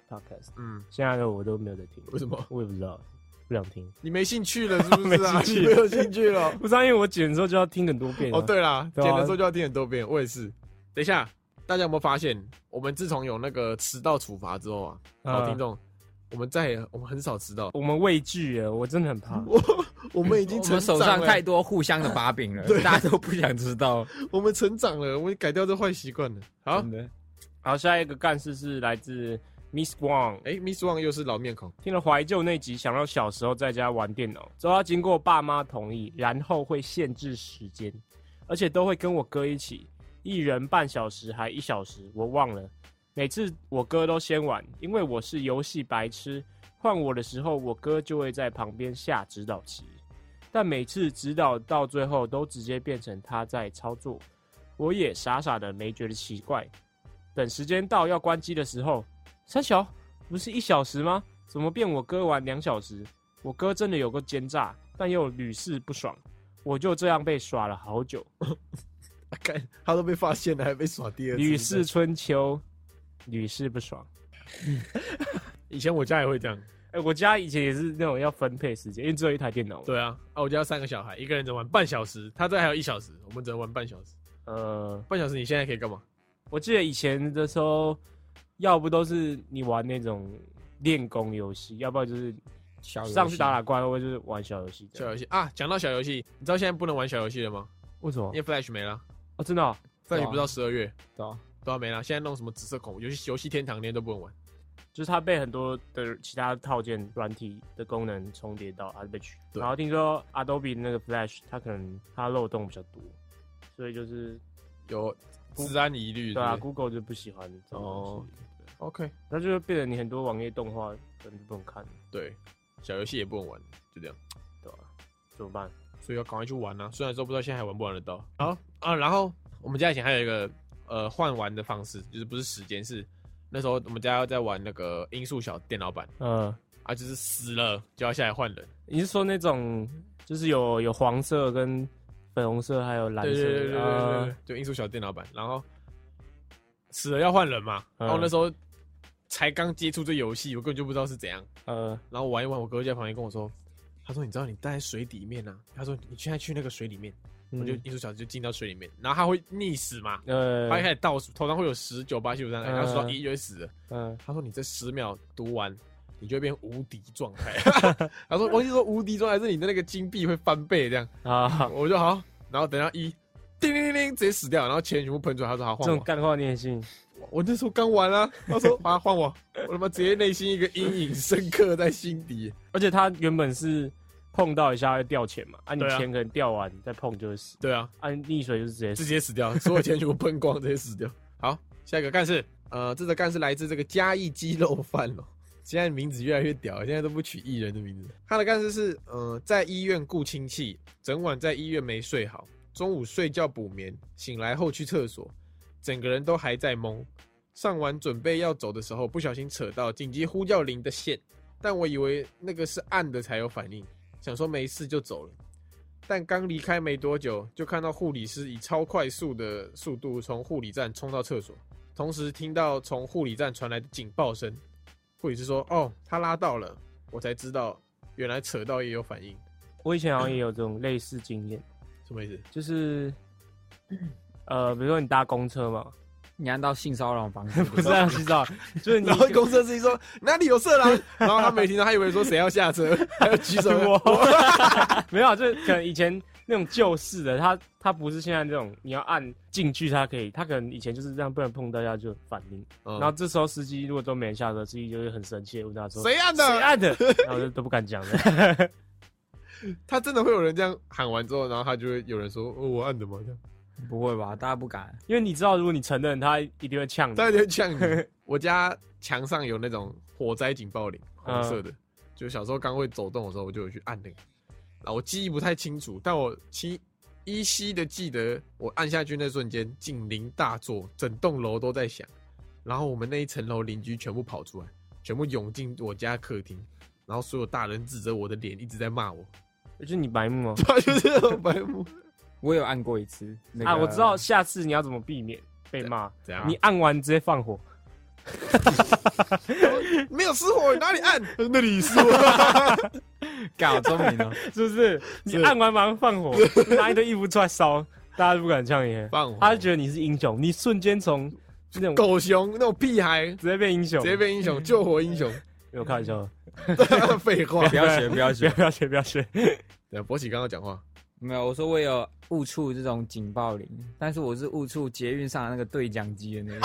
C: 那个 podcast，
A: 嗯，
C: 现在的我都没有在听，
A: 为什么？
C: 我也不知道，不想听。
A: 你没兴趣了是不是啊？
C: 没兴趣
A: 你没有兴趣了。
C: 不是、啊，因为我剪的时候就要听很多遍、
A: 哦，，对啦，
C: 对
A: 剪
C: 啊
A: 的时候就要听很多遍，我也是。等一下，大家有没有发现，我们自从有那个迟到处罚之后啊，
C: 嗯
A: 老听众，我们再也我们很少迟到。
C: 我们畏惧了，我真的很怕。
A: 我我们已经
D: 我
A: 成
D: 们
A: 长
D: 手
A: 了，
D: 上太多互相的把柄了，大家都不想知道。
A: 我们成长了，我们改掉这坏习惯了。嗯好，
D: 真的，
C: 好，下一个干事是来自 Miss Guang。
A: 哎、m i s s Wang 又是老面孔，
C: 听了怀旧那集，想到小时候在家玩电脑，都要经过爸妈同意，然后会限制时间，而且都会跟我哥一起，一人半小时还一小时，我忘了。每次我哥都先玩，因为我是游戏白痴，换我的时候，我哥就会在旁边下指导棋，但每次指导到最后都直接变成他在操作，我也傻傻的没觉得奇怪。等时间到要关机的时候，三小不是一小时吗？怎么变我哥玩两小时？我哥真的有个奸诈，但又屡试不爽，我就这样被耍了好久，
A: 啊干他都被发现了，还被耍第二次。
C: 屡试春秋，屡试不爽。
A: 以前我家也会这样，
C: 哎、我家以前也是那种要分配时间，因为只有一台电脑。，
A: 对啊，啊，我家三个小孩，一个人只能玩半小时，他这还有一小时，我们只能玩半小时。
C: 呃，
A: 半小时你现在可以干嘛？
C: 我记得以前的时候，要不都是你玩那种练功游戏，要不然就是
D: 小游戏
C: 上去打打怪，或者就是玩小游戏这
A: 小
C: 样。
A: 游戏啊，讲到小游戏，你知道现在不能玩小游戏了吗？
C: 为什么
A: 因？为 Flash 没了
C: 哦，真的、哦，
A: ，Flash 不到十二月
D: 对啊
A: 都要没了，现在弄什么紫色恐怖游戏游戏天堂连都不能玩。
C: 就是它被很多的其他套件软体的功能重叠到，它就被取。
A: 对
C: 然后听说 Adobe 那个 Flash，它可能它漏洞比较多，所以就是
A: 有治安疑虑，
C: 对啊
A: 不
C: ，Google 就不喜欢这种东西，
A: 哦，OK，
C: 那就变成你很多网页动画可能就不能看，
A: 对，小游戏也不能玩，就这样，
C: 对吧、怎么办？
A: 所以要赶快去玩啊！虽然说不知道现在还玩不玩得到。好啊，然后我们家以前还有一个呃换玩的方式，就是不是时间是那时候我们家要在玩那个音速小电脑版
C: 呃，
A: 啊，就是死了就要下来换人，
C: 你是说那种就是有有黄色跟粉红色还有蓝色
A: 对对
C: 的？
A: 对对对对
C: 呃
A: 对，就音速小电脑版，然后死了要换人嘛，然后
C: 嗯
A: 那时候才刚接触这游戏，我根本就不知道是怎样。
C: 呃，
A: 然后玩一玩，我哥就在旁边跟我说，他说你知道你待在水里面啊，他说你现在去那个水里面，我就
C: 嗯
A: 一出小时就进到水里面，然后他会溺死嘛，
C: 呃
A: 他一开始倒数，头上会有十九八七五三，然后数到
C: 嗯
A: 一就会死了。
C: 嗯
A: 他说你这十秒读完。你就会变无敌状 态，他说：“我是说无敌状态是你的那个金币会翻倍这样。”
C: 啊，
A: 我就好，然后等到一，叮铃铃铃，直接死掉，然后钱全部喷出来。他说：“好，
C: 这
A: 换
C: 种
A: 我。
C: 干话你也信？”
A: 我那时候刚玩啊，他说：“啊，换我。”我他妈直接内心一个阴影深刻在心底。
C: 而且它原本是碰到一下会掉钱嘛，啊，你
A: 对啊
C: 钱可能掉完再碰就会死，
A: 对啊，
C: 啊，溺水就是直接
A: 直
C: 死。
A: 接死 掉，所有钱全部喷光，直接死掉。好，下一个干事，呃，这个干事来自这个嘉义鸡肉饭哦。 现在名字越来越屌，现在都不取艺人的名字。他的干事是，呃，在医院顾亲戚，整晚在医院没睡好，中午睡觉补眠，醒来后去厕所，整个人都还在懵。上完准备要走的时候，不小心扯到紧急呼叫铃的线，但我以为那个是按的才有反应，想说没事就走了。但刚离开没多久，就看到护理师以超快速的速度从护理站冲到厕所，同时听到从护理站传来的警报声。护理师说：“哦，他拉到了。”我才知道原来扯到也有反应，
C: 我以前好像也有这种类似经验，
A: 什么意 思？
C: 就是呃，比如说你搭公车嘛，
D: 你按到性骚扰防治
C: 不是啊要洗澡，就是你
A: 然后公车司机说：“哪里有色狼？” 然后他没听到，他以为说谁要下车，还要举 手。哦
C: 没有，啊就是可能以前那种旧式的，它它不是现在这种你要按进去它可以，它可能以前就是这样，不然碰到一下就反应。
A: 嗯
C: 然后这时候司机如果都没人下车，司机就会很生气地问他说：“
A: 谁按的？
C: 谁按的？”然后我就都不敢讲了。
A: 他真的会有人这样喊完之后，然后他就会有人说：“哦，我按的吗？”这样，
D: 不会吧？大家不敢。
C: 因为你知道，如果你承认，他一定会呛你。
A: 他就呛你。我家墙上有那种火灾警报铃，红色的。就小时候刚会走动的时候，我就有去按那个。啊，我记忆不太清楚，但我其依稀的记得，我按下去那瞬间，警铃大作，整栋楼都在响。然后我们那一层楼邻居全部跑出来，全部涌进我家客厅，然后所有大人指着我的脸一直在骂我，
C: 就是你白目吗？哦
A: 他啊就是那种白目。
D: 我有按过一次。那个
C: 啊，我知道，下次你要怎么避免被骂。
A: 怎样？啊
C: 你按完直接放火，
A: 没有失火，哪里按？ 那里失火。
D: 干好聪明 哦。
C: 是不是？你按完马上放火，拿一堆衣服出来烧，大家都不敢呛你。
A: 放火
C: 他就觉得你是英雄，你瞬间从那种
A: 狗熊那种屁孩，
C: 直接变英雄。
A: 直接变英雄，救火英雄。
C: 没有开玩笑的，
A: 废话
D: 不，要学，不要
C: 不要
D: 学。
C: 不要学，不要学。
A: 对，博喜刚刚讲话，
D: 没有，我说我有误触这种警报铃，但是我是误触捷运上的那个 对讲机的那个，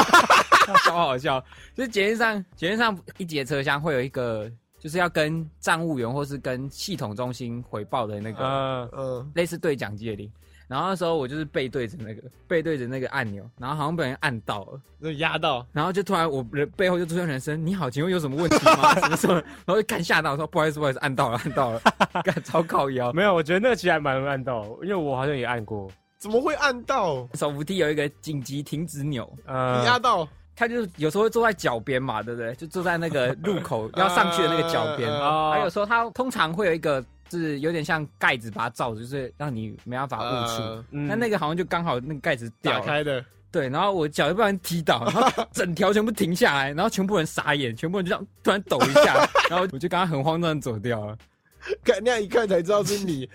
D: 超好笑。就是捷运上，捷运上一节车厢会有一个，就是要跟站务员或是跟系统中心回报的那个、
C: 呃，
A: 嗯，
D: 类似对讲机的铃。然后那时候我就是背对着那个背对着那个按钮，然后好像被人按到了，
A: 那压到，
D: 然后就突然我人背后就出现人声，你好，请问有什么问题吗？什么什么？然后就干吓到，我说不好意思，不好意思，按到了，按到了，干超靠腰。
C: 没有，我觉得那个其实还蛮容易按到，因为我好像也按过，
A: 怎么会按到？
D: 手扶梯有一个紧急停止钮，
A: 你
C: 呃
A: 压，到
D: 他就是有时候会坐在脚边嘛，对不对？就坐在那个路口要上去的那个脚边。
A: 呃
C: 哦
D: 还有时候他通常会有一个，就是有点像盖子把它罩住，就是让你没办法误触。
A: 呃
C: 嗯
D: 那、那个好像就刚好那个盖子掉
A: 打
D: 了，
A: 开的，
D: 对，然后我脚就被人踢倒，然后整条全部停下来，然后全部人傻眼，全部人就这样突然抖一下，然后我就刚刚很慌张地走掉了，
A: 看那样一看才知道是你，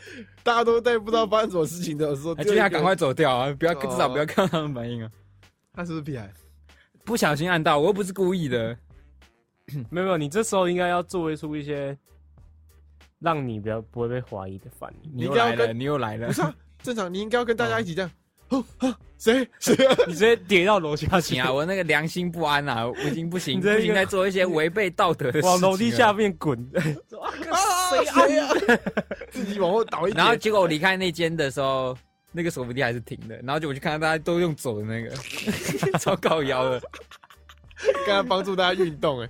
A: 大家都在不知道发生什么事情的时候，
D: 哎
A: 只
D: 就
A: 有一
D: 要
A: 个
D: 赶快，走掉啊，不要
A: 哦
D: 至少不要看到他们反应啊，
A: 他是不是屁孩？
D: 不小心按到，我又不是故意的，
C: 没有没有，你这时候应该要做出一些让你比较不会被怀疑的反应，
D: 你又
A: 应该要
D: 来了，
A: 跟
D: 你又来了
A: 不。是啊，正常你应该要跟大家一起这样，哦啊，谁谁
C: 你直接跌到楼下
D: 不
C: 去
D: 行啊，我那个良心不安啊，我已经不行，
C: 你
D: 不
C: 这个
D: 行再做一些违背道德的事情。啊
C: 往楼梯下，面滚，
A: 啊谁啊，自己往后倒一点，
D: 然后结果我离开那间的时候，那个手扶梯还是停的，然后就我就看到大家都用走的那个，超高腰的。
A: 刚刚帮助大家运动，哎，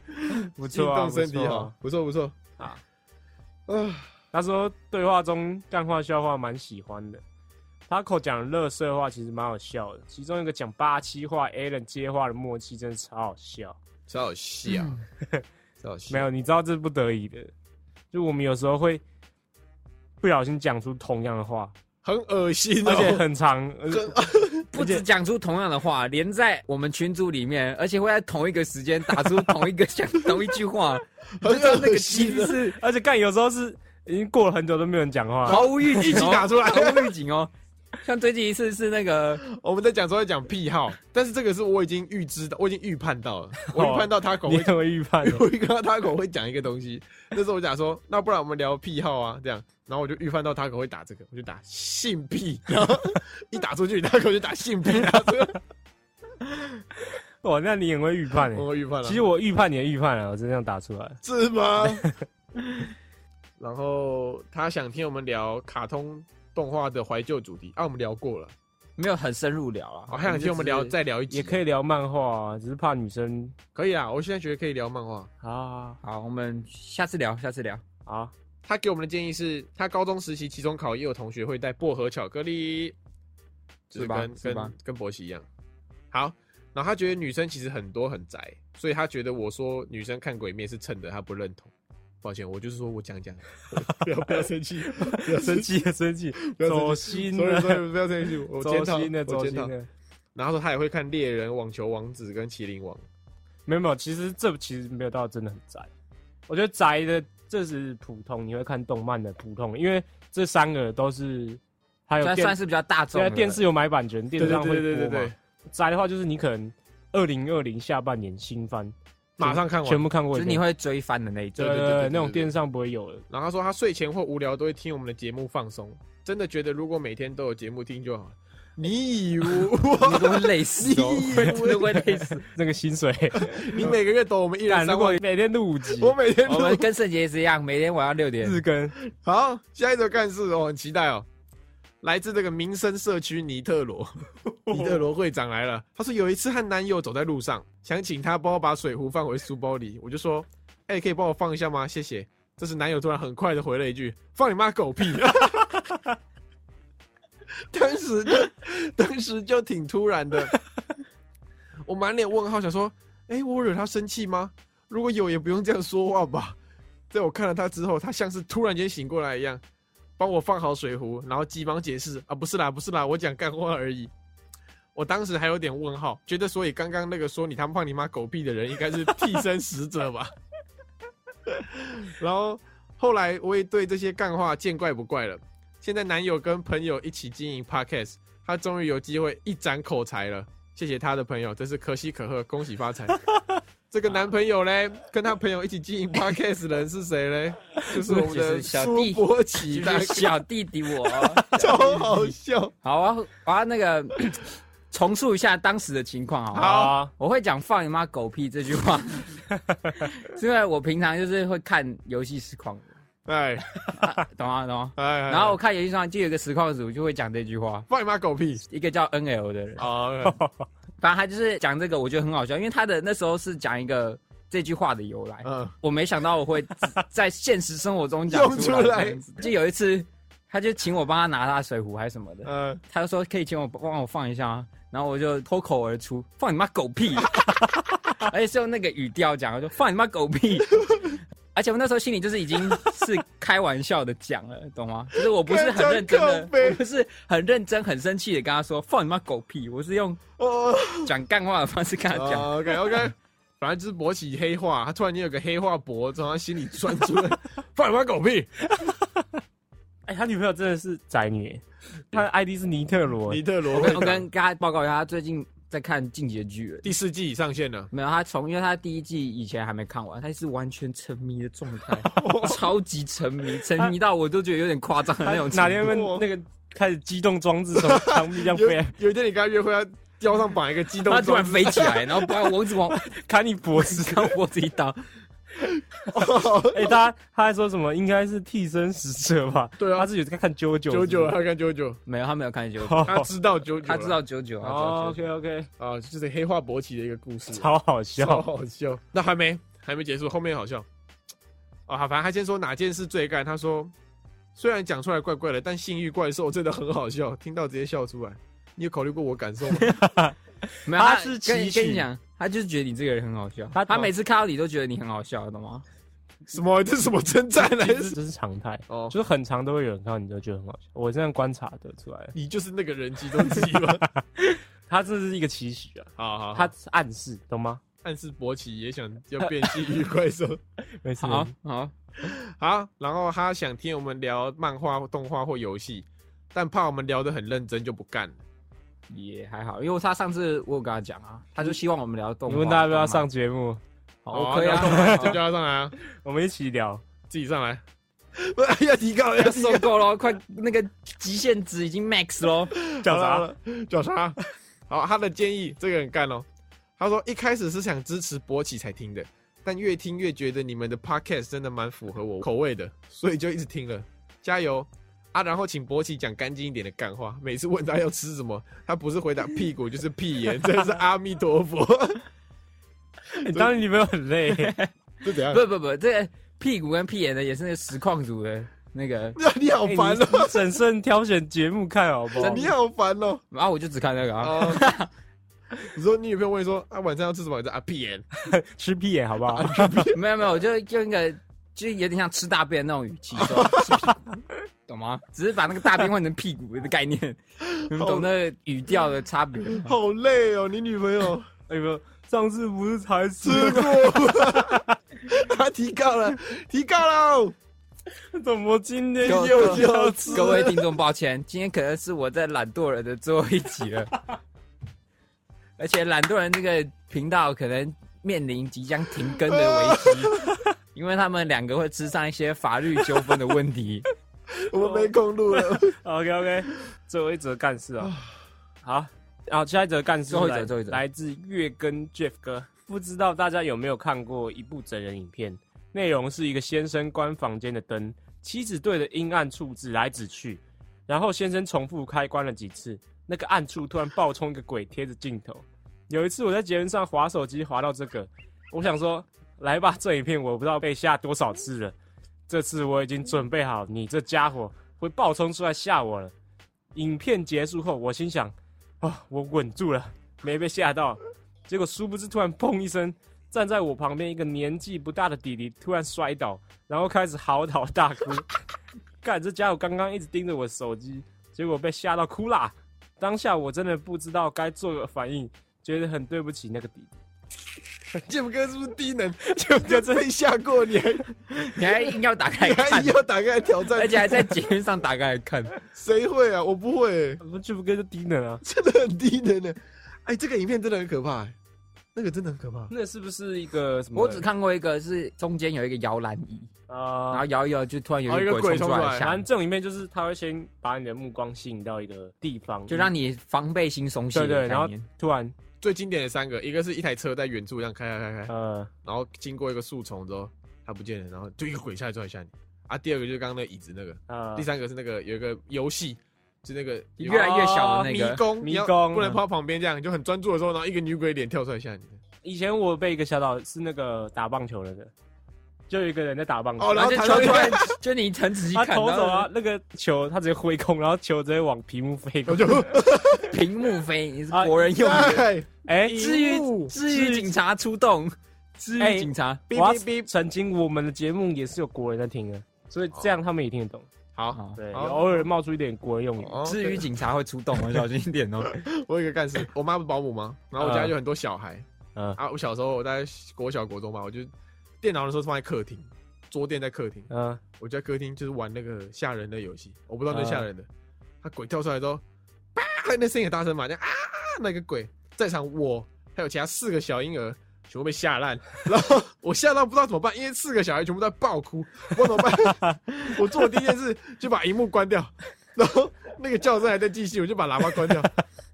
C: 不
A: 运
C: 错啊，
A: 动身体
C: 不错啊
A: 好，不错不错
C: 啊。
A: 啊，
C: 他说对话中干话笑话蛮喜欢的。Taco 讲乐色话其实蛮好笑的，其中一个讲八七话，Alan 接话的默契真的超好笑。
A: 超好笑，超好笑，
C: 没有，你知道这是不得已的，就我们有时候会不小心讲出同样的话，
A: 很恶心哦，
C: 而且很长，呃
A: 跟
D: 不止讲出同样的话，连在我们群组里面，而且会在同一个时间打出同一个讲同一句话，
A: 很
D: 知道那
A: 恶
D: 个
A: 心哦
D: 其
A: 的
D: 实是
C: 而且干有时候是已经过了很久都没有人讲话了，
D: 毫无预警、哦，
A: 一起打出来
D: 毫无预警哦。像最近一次是那个，
A: 我们在讲说在讲癖好，但是这个是我已经预知到，我已经预判到了，我预判到他口
C: 哦你
A: 会，
C: 很会预判 哦。
A: 我预判到他口会讲一个东西。那时候我讲说，那不然我们聊癖好啊，这样，然后我就预判到他口会打这个，我就打性癖，然后一打出去，他口就打性癖，打这 个，
C: 哇，那你很会预判诶。
A: 我预判了。
C: 其实我预判你的预判啊，我真的这样打出来。
A: 是 吗？然后他想听我们聊卡通动画的怀旧主题啊，我们聊过了。
D: 没有很深入聊啊，
A: 哦，他想听我们聊，再聊一集，
C: 也可以聊漫画啊，只是怕女生
A: 可以啊。我现在觉得可以聊漫画。
C: 啊
D: 好，我们下次聊，下次聊。
C: 啊
A: 他给我们的建议是，他高中时期期中考也有同学会带薄荷巧克力，就是
D: 吧
A: 跟
D: 是吧
A: 跟跟博奇一样。好，然后他觉得女生其实很多很宅，所以他觉得我说女生看鬼面是蹭的，他不认同。抱歉，我就是说我讲讲， 不要不要生 气，不要
C: 生
A: 生气，
C: 气了，生气，
A: 不要
C: 走
A: 生气。
C: 心
A: 所以所
C: 了，
A: 以不要生气，我
C: 走
A: 检讨，
C: 心了，
A: 我
C: 走
A: 检
C: 心
A: 讨。
C: 了。
A: 啊然后他说他也会看猎人、网球王子跟麒麟王。
C: 没有没有，其实这其实没有到真的很宅。我觉得宅的这是普通，你会看动漫的普通，因为这三个都是还有
D: 算算
C: 电，
D: 是比较大众
C: 现在
D: 的，
C: 电视有买版权，电
A: 对
C: 视
A: 对
C: 上
A: 对
C: 会播嘛。
A: 对对对，
C: 宅的话就是你可能二零二零下半年新番
A: 马上看完。
C: 全部看过一
D: 就是
C: 遍，
D: 你会追翻的那一种
C: 对。
A: 对
C: 对
A: 对
C: 对
A: 对对
C: 那种
A: 对
C: 电视上不会 有的。
A: 然后他说他睡前或无聊都会听我们的节目放松，真的觉得如果每天都有节目听就好了。你以为
D: 你都会累死哦，
A: 你以为
D: 真的会累死。
C: 那个薪水，
A: 你每个月抖我们一人
C: 干如
A: 三
C: 果
A: 万，
C: 每天录五集，
A: 我每天
D: 我
A: 都
D: 们跟圣杰是一样，每天晚上六点
C: 日更，
A: 好。下一则干事哦，很期待哦。来自这个民生社区尼特 罗，尼特罗会长来了。他说有一次和男友走在路上，想请他帮我把水壶放回书包里，我就说：“哎、可以帮我放一下吗？谢谢。”这时男友突然很快的回了一句：“放你妈狗屁！”当时就当时就挺突然的， 我满脸问号，想说：“哎、我惹他生气吗？如果有，也不用这样说话吧。”在我看了他之后，他像是突然间醒过来一样，帮我放好水壶，然后急忙解释：“啊，不是啦，不是啦，我讲干话而已。”我当时还有点问号，觉得所以刚刚那个说你他妈放你妈狗屁的人应该是替身使者吧。 然后后来我也对这些干话见怪不怪了。现在男友跟朋友一起经营 podcast，他终于有机会一展口才了。谢谢他的朋友，真是可喜可贺，恭喜发财。 这个男朋友嘞，跟他朋友一起经营 podcast 的人是谁嘞？就是我们
D: 就是
A: 的
D: 小
A: 苏
D: 弟
A: 博奇
D: 就
A: 大
D: 是
A: 哥，
D: 小弟弟我。
A: 超好笑。
D: 好啊，我要那个 重述一下当时的情况好不好？
C: 啊，
D: 我会讲“放你妈狗屁”这句话， 是因为我平常就是会看游戏实况的，
A: 哎
D: 懂 吗、懂吗、
A: 哎，哎
D: 然后我看游戏实况就有一个实况组就会讲这句话，
A: 放你妈狗 屁
D: 一个叫 NL 的人，
A: 啊！
D: 反正他就是讲这个，我觉得很好笑，因为他的那时候是讲一个这句话的由来，
A: 嗯，
D: 我没想到我会在现实生活中 讲
A: 用
D: 出
A: 出
D: 来
A: 来
D: 这样子。就有一次，他就请我帮他拿他水壶还是什么的，
A: 呃，
D: 他就说可以请我帮我放一下吗？然后我就脱口而出：“放你妈狗屁！” 而且是用那个语调讲，我就放你妈狗屁。 而且我那时候心里就是已经是开玩笑的讲了，懂吗？就是我不是很认真
A: 干
D: 的
A: 真靠，北
D: 我不是很认真、很生气的跟他说“放你妈狗屁”，我是用
A: 哦
D: 讲干话的方式跟他讲。
A: ，OK OK，反正就是博起黑化，他突然间有个黑化博从他心里钻出来， 放你妈狗屁！
C: 哎，他女朋友真的是宅女，她的 ID 是尼特罗
A: 尼，特罗
D: 我
A: 会
D: 跟我跟大家报告一下，他最近在看《进击的巨人》。
A: 第四季上线了，
D: 没有，他从因为他第一季以前还没看完，他是完全沉迷的状 态，
C: 哦
D: 超级沉迷，沉迷到我都觉得有点夸张的
C: 她
D: 那种程度。
C: 哪天问
A: 哇
C: 那个开始激动装置从墙壁这样
A: 有
C: 飞，
A: 有一天你跟他约会，他腰上绑一个激动
D: 他
A: 装，
D: 突然飞起来，然后把我一直往。
C: 砍你脖子
D: 刚脖子一刀，
C: 哎，大家他还说什么？应该是替身使者吧？
A: 对啊
C: 他是有在看九九
A: 九九，他看九九，
D: 没有，他没 有看九九，
C: 哦
A: 啊他知道九九，
D: 他知道九九，他知道九九。
C: ，OK OK，
A: 啊，就是黑化勃起的一个故事，
C: 超
A: 超
C: 好笑。
A: 好笑。那还没还没结束，后面好笑啊！反正他先说哪件事最干，他说虽然讲出来怪怪的，但性欲怪兽真的很好笑，听到直接笑出来。你有考虑过我感 受吗？
D: 没有，
C: 他
D: 他
C: 是
D: 跟
C: 期许
D: 跟你讲，他就是觉得你这个人很好笑，
C: 他
D: 他每次看到你都觉得你很好笑，懂吗？
A: 什么？这是什么称赞来
C: 其实这是常态，
A: 哦，
C: 就是很长都会有人看到你就觉得很好笑。我这样观察得出来，
A: 你就是那个人机中机 吗？
C: 他这是一个期许啊，
A: 好好，
C: 他
A: 他
C: 是暗示，懂吗？
A: 暗示勃起也想要变性欲怪 兽。
C: 没事，
D: 好好，
A: 好，然后他想听我们聊漫画、动画或游戏，但怕我们聊得很认真就不干 了。
D: 也还好，因为他上次我有跟他讲啊，他就希望我们聊动
C: 你
D: 画。
C: 问大家要不要上哦节目，
D: 好？我可以啊
A: 好，那就叫他上来啊，
C: 我们一起聊。
A: 自己上来。 不是要提高，
D: 要
A: 要提
D: 受够了，快那个极限值已经 max 咯。
C: 叫啥
A: 好了？好了叫啥？好，他的建议这个很干哦。他说一开始是想支持勃起才听的，但越听越觉得你们的 podcast 真的蛮符合我口味的，所以就一直听了。加油啊！然后请勃起讲干净一点的干话。每次问他要吃什么，他不是回答屁股就是屁 眼，真的是阿弥陀佛。
C: 你当你女朋友很累，
A: 这怎样？
D: 不不不，这个屁股跟屁眼的也是那个实况组的那个，
A: 那你好烦
C: 欸
A: 哦、
C: 你你审慎挑选节目看好不好？
A: 你好烦哦、
D: 然后我就只看那个啊，
A: 啊！你说你女朋友问你说啊晚上要吃什么？你说啊屁 眼。
C: 吃屁眼 好不好？
D: 没有没有，我就用一个就是有点像吃大便那种语气说， 吃屁股懂吗？只是把那个大便换成屁股的概念，你们懂那个语调的差别吗？
A: 好累哦，你女朋友
C: 哎呦，上次不是才吃
A: 吃过， 他提高了，提高了，哦
C: 怎么今天
D: 各
C: 又要吃？
D: 各位听众，抱歉，今天可能是我在懒惰人的最后一集了，而且懒惰人这个频道可能面临即将停更的危机，因为他们两个会吃上一些法律纠纷的问题。
A: 我们没空录了。
C: OK OK，最后一则干事啊，好，好，下一则干事
D: 最后一则
C: 来
D: 最后一则
C: 来自月跟 Jeff 哥，不知道大家有没有看过一部整人影片，内容是一个先生关房间的灯，妻子对着阴暗处指来指去，然后先生重复开关了几次，那个暗处突然爆冲一个鬼贴着镜头。有一次我在节目上滑手机滑到这个，我想说来吧，这影片我不知道被吓多少次了，这次我已经准备好，你这家伙会爆冲出来吓我了。影片结束后，我心想，哦，我稳住了，没被吓到。结果殊不知，突然砰一声，站在我旁边一个年纪不大的弟弟突然摔倒，然后开始嚎啕大哭。 干，这家伙刚刚一直盯着我手机，结果被吓到哭啦。当下我真的不知道该做个反应，觉得很对不起那个弟弟。
A: 建福哥是不是低能？建福 哥真的吓过你，还
D: 你还硬要打开来
A: 你还
D: 看
A: 硬，要打开来挑战，
D: 而且还在节目上打开来看，
A: 谁会啊？我不会、
C: 我们就不跟就低能啊！
A: 欸真的很低能呢、哎，这个影片真的很可怕、那那个真的很可怕。
B: 那是不是一个什么？
D: 我只看过一个是中间有一个摇篮椅，
B: 呃
D: 然
C: 啊
D: 后，摇一摇就突然有
A: 哦一
D: 一
A: 个
D: 个
A: 鬼
D: 鬼冲
A: 冲
D: 出
A: 出
D: 来
A: 来
D: 吓
C: 反
D: 你
C: 正，这种里面就是他会先把你的目光吸引到一个地方，
D: 就让你防备心松懈
C: 对
D: 的
C: 对，然
D: 概
C: 后
D: 念。
C: 突然
A: 最经典的三个，一个是一台车在远处这样开开开开，
C: 呃，
A: 然后经过一个树丛之后，它不见了，然后就一个鬼下来抓一下你。啊，第二个就是刚刚那个椅子那个，
C: 呃
A: 第，三个是那个有一个游戏，就那啊个
D: 越来越小的那
A: 迷
D: 个，
A: 宫，
C: 迷
A: 你要
C: 宫
A: 不能跑旁边这样，你就很专注的时候，然后一个女鬼脸跳出来吓你。
C: 以前我被一个吓到，是那个打棒球的人，就有一个人在打棒球，
A: 哦
D: 然后就
A: 然后
D: 球
A: 弹
D: 突
A: 到
D: 然， 就你很仔细
C: 他
D: 看，
C: 投手
D: 然
C: 啊
D: 后，
C: 那个球他直接挥空，然后球直接往屏幕飞过
A: 我
C: 去
A: 就。
D: 屏幕飞，你是
C: 啊
D: 国人 用的。
A: 哎，
C: 哎，
D: 至于至于警察出动，至
C: 哎
D: 于警察，
A: 哔
C: 哇
A: 哔哔，
C: 曾经我们的节目也是有国人在听的，所以这样他们也听得懂。
A: 好，
D: 哦
C: 对，
A: 好
C: 偶尔冒出一点国人用语。
A: 哦
D: 至于警察会出动，我小心一点哦。
A: 我有一个干事，我妈不是保姆吗？然后我家
C: 嗯
A: 有很多小孩，
C: 嗯
A: 啊，我小时候我大概国小国中吧，我就电脑的时候放在客厅，桌垫在客厅，
C: 嗯，
A: 我就在客厅就是玩那个吓人的游戏，我不知道那是吓人的，他鬼跳出来之后，啪，那声音很大声嘛，这样啊，那个鬼在场我还有其他四个小婴儿。全部被吓烂，然后我吓到不知道怎么办，因为四个小孩全部在爆哭，我怎么办？ 我做的第一件事就把荧幕关掉，然后那个叫声还在继续，我就把喇叭关掉。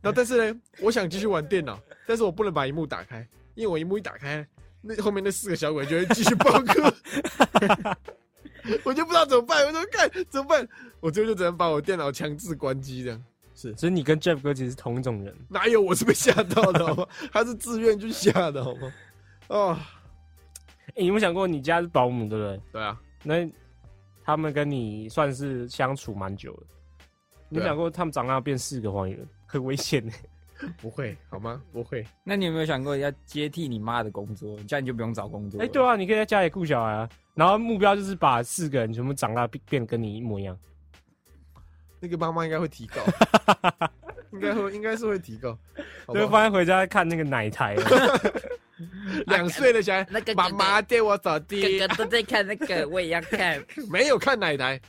A: 然后但是呢，我想继续玩电脑，但是我不能把荧幕打开，因为我荧幕一打开，那后面那四个小鬼就会继续爆哭，我就不知道怎么办，我说看怎么办，我最后就只能把我电脑强制关机这样。
C: 所以你跟 Jeff 哥其实是同一种人。
A: 哪有我是被吓到的好 吗？他是自愿去吓的好吗？哦，
C: 哎，你有没有想过你家是保姆对不对？
A: 对啊，
C: 那他们跟你算是相处蛮久的，你有
A: 对啊
C: 想过他们长大变四个黄人，很危 险呢。
A: 不会好吗？不会，
D: 那你有没有想过要接替你妈的工作？这样你就不用找工作。
C: 哎，对，啊，你可以在家里顾小孩啊，然后目标就是把四个人全部长大变变得跟你一模一样。
A: 那个妈妈应该会提 高，应该会，应该是会提高。好
C: 就会
A: 吧
C: 发现回家看那个奶台，
A: 两岁的小孩，
D: 那个
A: 妈妈带我找爹，
D: 哥都在看那个，我也要看。
A: 没有看奶奶。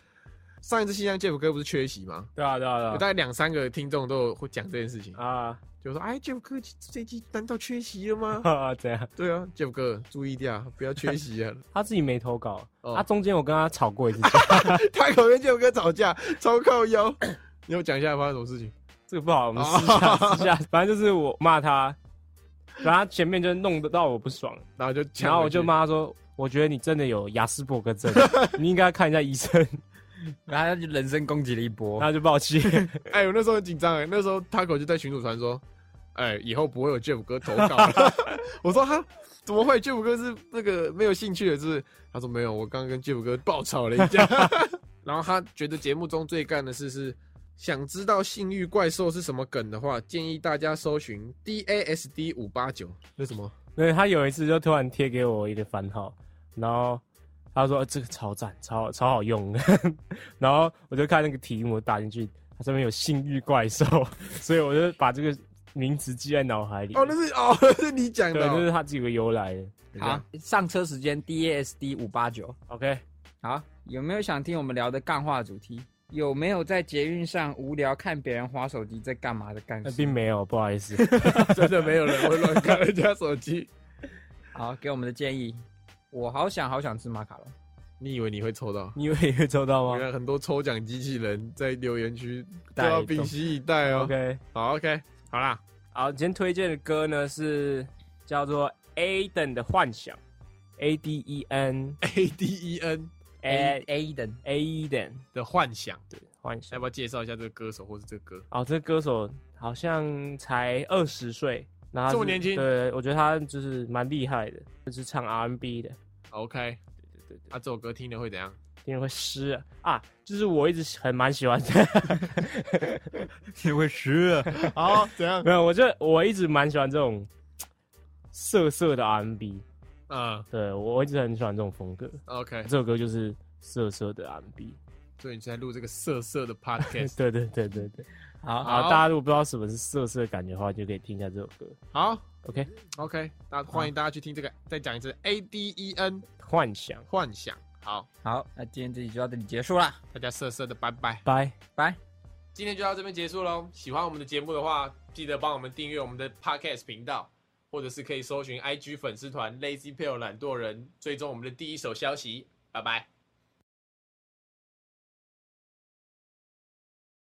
A: 上一次新疆 Jeff 哥不是缺席吗？
C: 对啊对啊
A: 有大概两三个听众都有会讲这件事情，
C: 啊？”
A: 就说：“哎，Jeff 哥这期难道缺席了吗
C: 啊怎样？
A: 对啊，Jeff 哥注意点啊，不要缺席啊！
C: 他自己没投稿，
A: 哦
C: 他中间我跟他吵过一次架，
A: 他口跟 Jeff 哥吵架，超靠 腰。你要讲一下发生什么事情？
C: 这个不好，我们 私下私下，反正就是我骂他，然后他前面就弄得到我不爽，
A: 然后就抢回去，
C: 然后我就骂他说，我觉得你真的有雅斯伯格症，你应该看一下医生，
D: 然后他就人身攻击了一波
C: 然。后就爆气，
A: 哎、我那时候很紧张哎，那时候 Taco 就在群主传说，哎、以后不会有 Jeff 哥投稿 了。我说哈，怎么会？Jeff 哥是那个没有兴趣的，是不是？他说没有，我刚跟 Jeff 哥爆吵了一 架。然后他觉得节目中最干的事是，想知道性欲怪兽是什么梗的话，建议大家搜寻 DASD 五八九。那什么？
C: 对他有一次就突然贴给我一个番号，然后他说、呃这个超赞，超超好用， 然后我就看那个题目我打进去，它上面有性欲怪兽，所以我就把这个名词记在脑海里。
A: 哦，那是哦， 那是你讲
C: 对，
A: 的、
C: 这
A: 哦。
C: 是它自己的由来的。
D: 好，上车时间 DASD 五八九。
C: OK，
D: 好，有没有想听我们聊的干话主题？有没有在捷运上无聊看别人划手机在干嘛的干
C: 那
D: 事？
C: 并没有，不好 意思。
A: 真的没有人会乱看人家手机。
D: 好，给我们的建议。我好想好想吃马 卡龙，
A: 你以为你会抽到？
C: 你以为会抽到
A: 原
C: 吗
A: 来很多抽奖机器人在留言区都
C: 带
A: 要
C: 动
A: 屏息以待哦。
C: ？OK，
A: 好，OK，好啦，
C: 好，今天推荐的歌呢是叫做 Aden 的幻想，A D E N
A: A D E N
D: A
C: A
D: A 等
C: Aden
A: 的幻想，
C: 幻
A: 要
C: 想
A: 不。要介绍一下这个歌手或是这个歌？
C: 哦，这歌手好像才二十岁，然后他是
A: 这么年轻
C: 对，我觉得他就是蛮厉害的，就是唱 R&B 的，
A: OK，
C: 对对对，
A: 啊，这首歌听了会怎样？
C: 听人会湿啊啊，就是我一直很蛮喜欢的，
D: 因为是
A: 好，怎样？
C: 没有，我就我一直蛮喜欢这种涩涩的 R&B，
A: 嗯
C: 对我一直很喜欢这种风格，
A: ，OK，
C: 这首歌就是涩涩的 R&B，
A: 所以你在录这个色色的 Podcast。
C: 对对对对对，
D: 好，
C: 啊，
A: 好
C: 大家如果不知道什么是涩涩的感觉的话，就可以听一下这首歌
A: 好
C: ，OK，
A: ，OK，那欢迎大家去听这个。再讲一次，A D E N
C: 幻想，
A: 幻想。好，
D: 好，那今天这集就到这里结束啦，
A: 大家色色的拜拜。
C: 拜。
D: 拜。
A: 今天就到这边结束喽。喜欢我们的节目的话，记得帮我们订阅我们的 Podcast 频道，或者是可以搜寻 IG 粉丝团 Lazy p a l e 懒惰人，追踪我们的第一手消息。拜拜。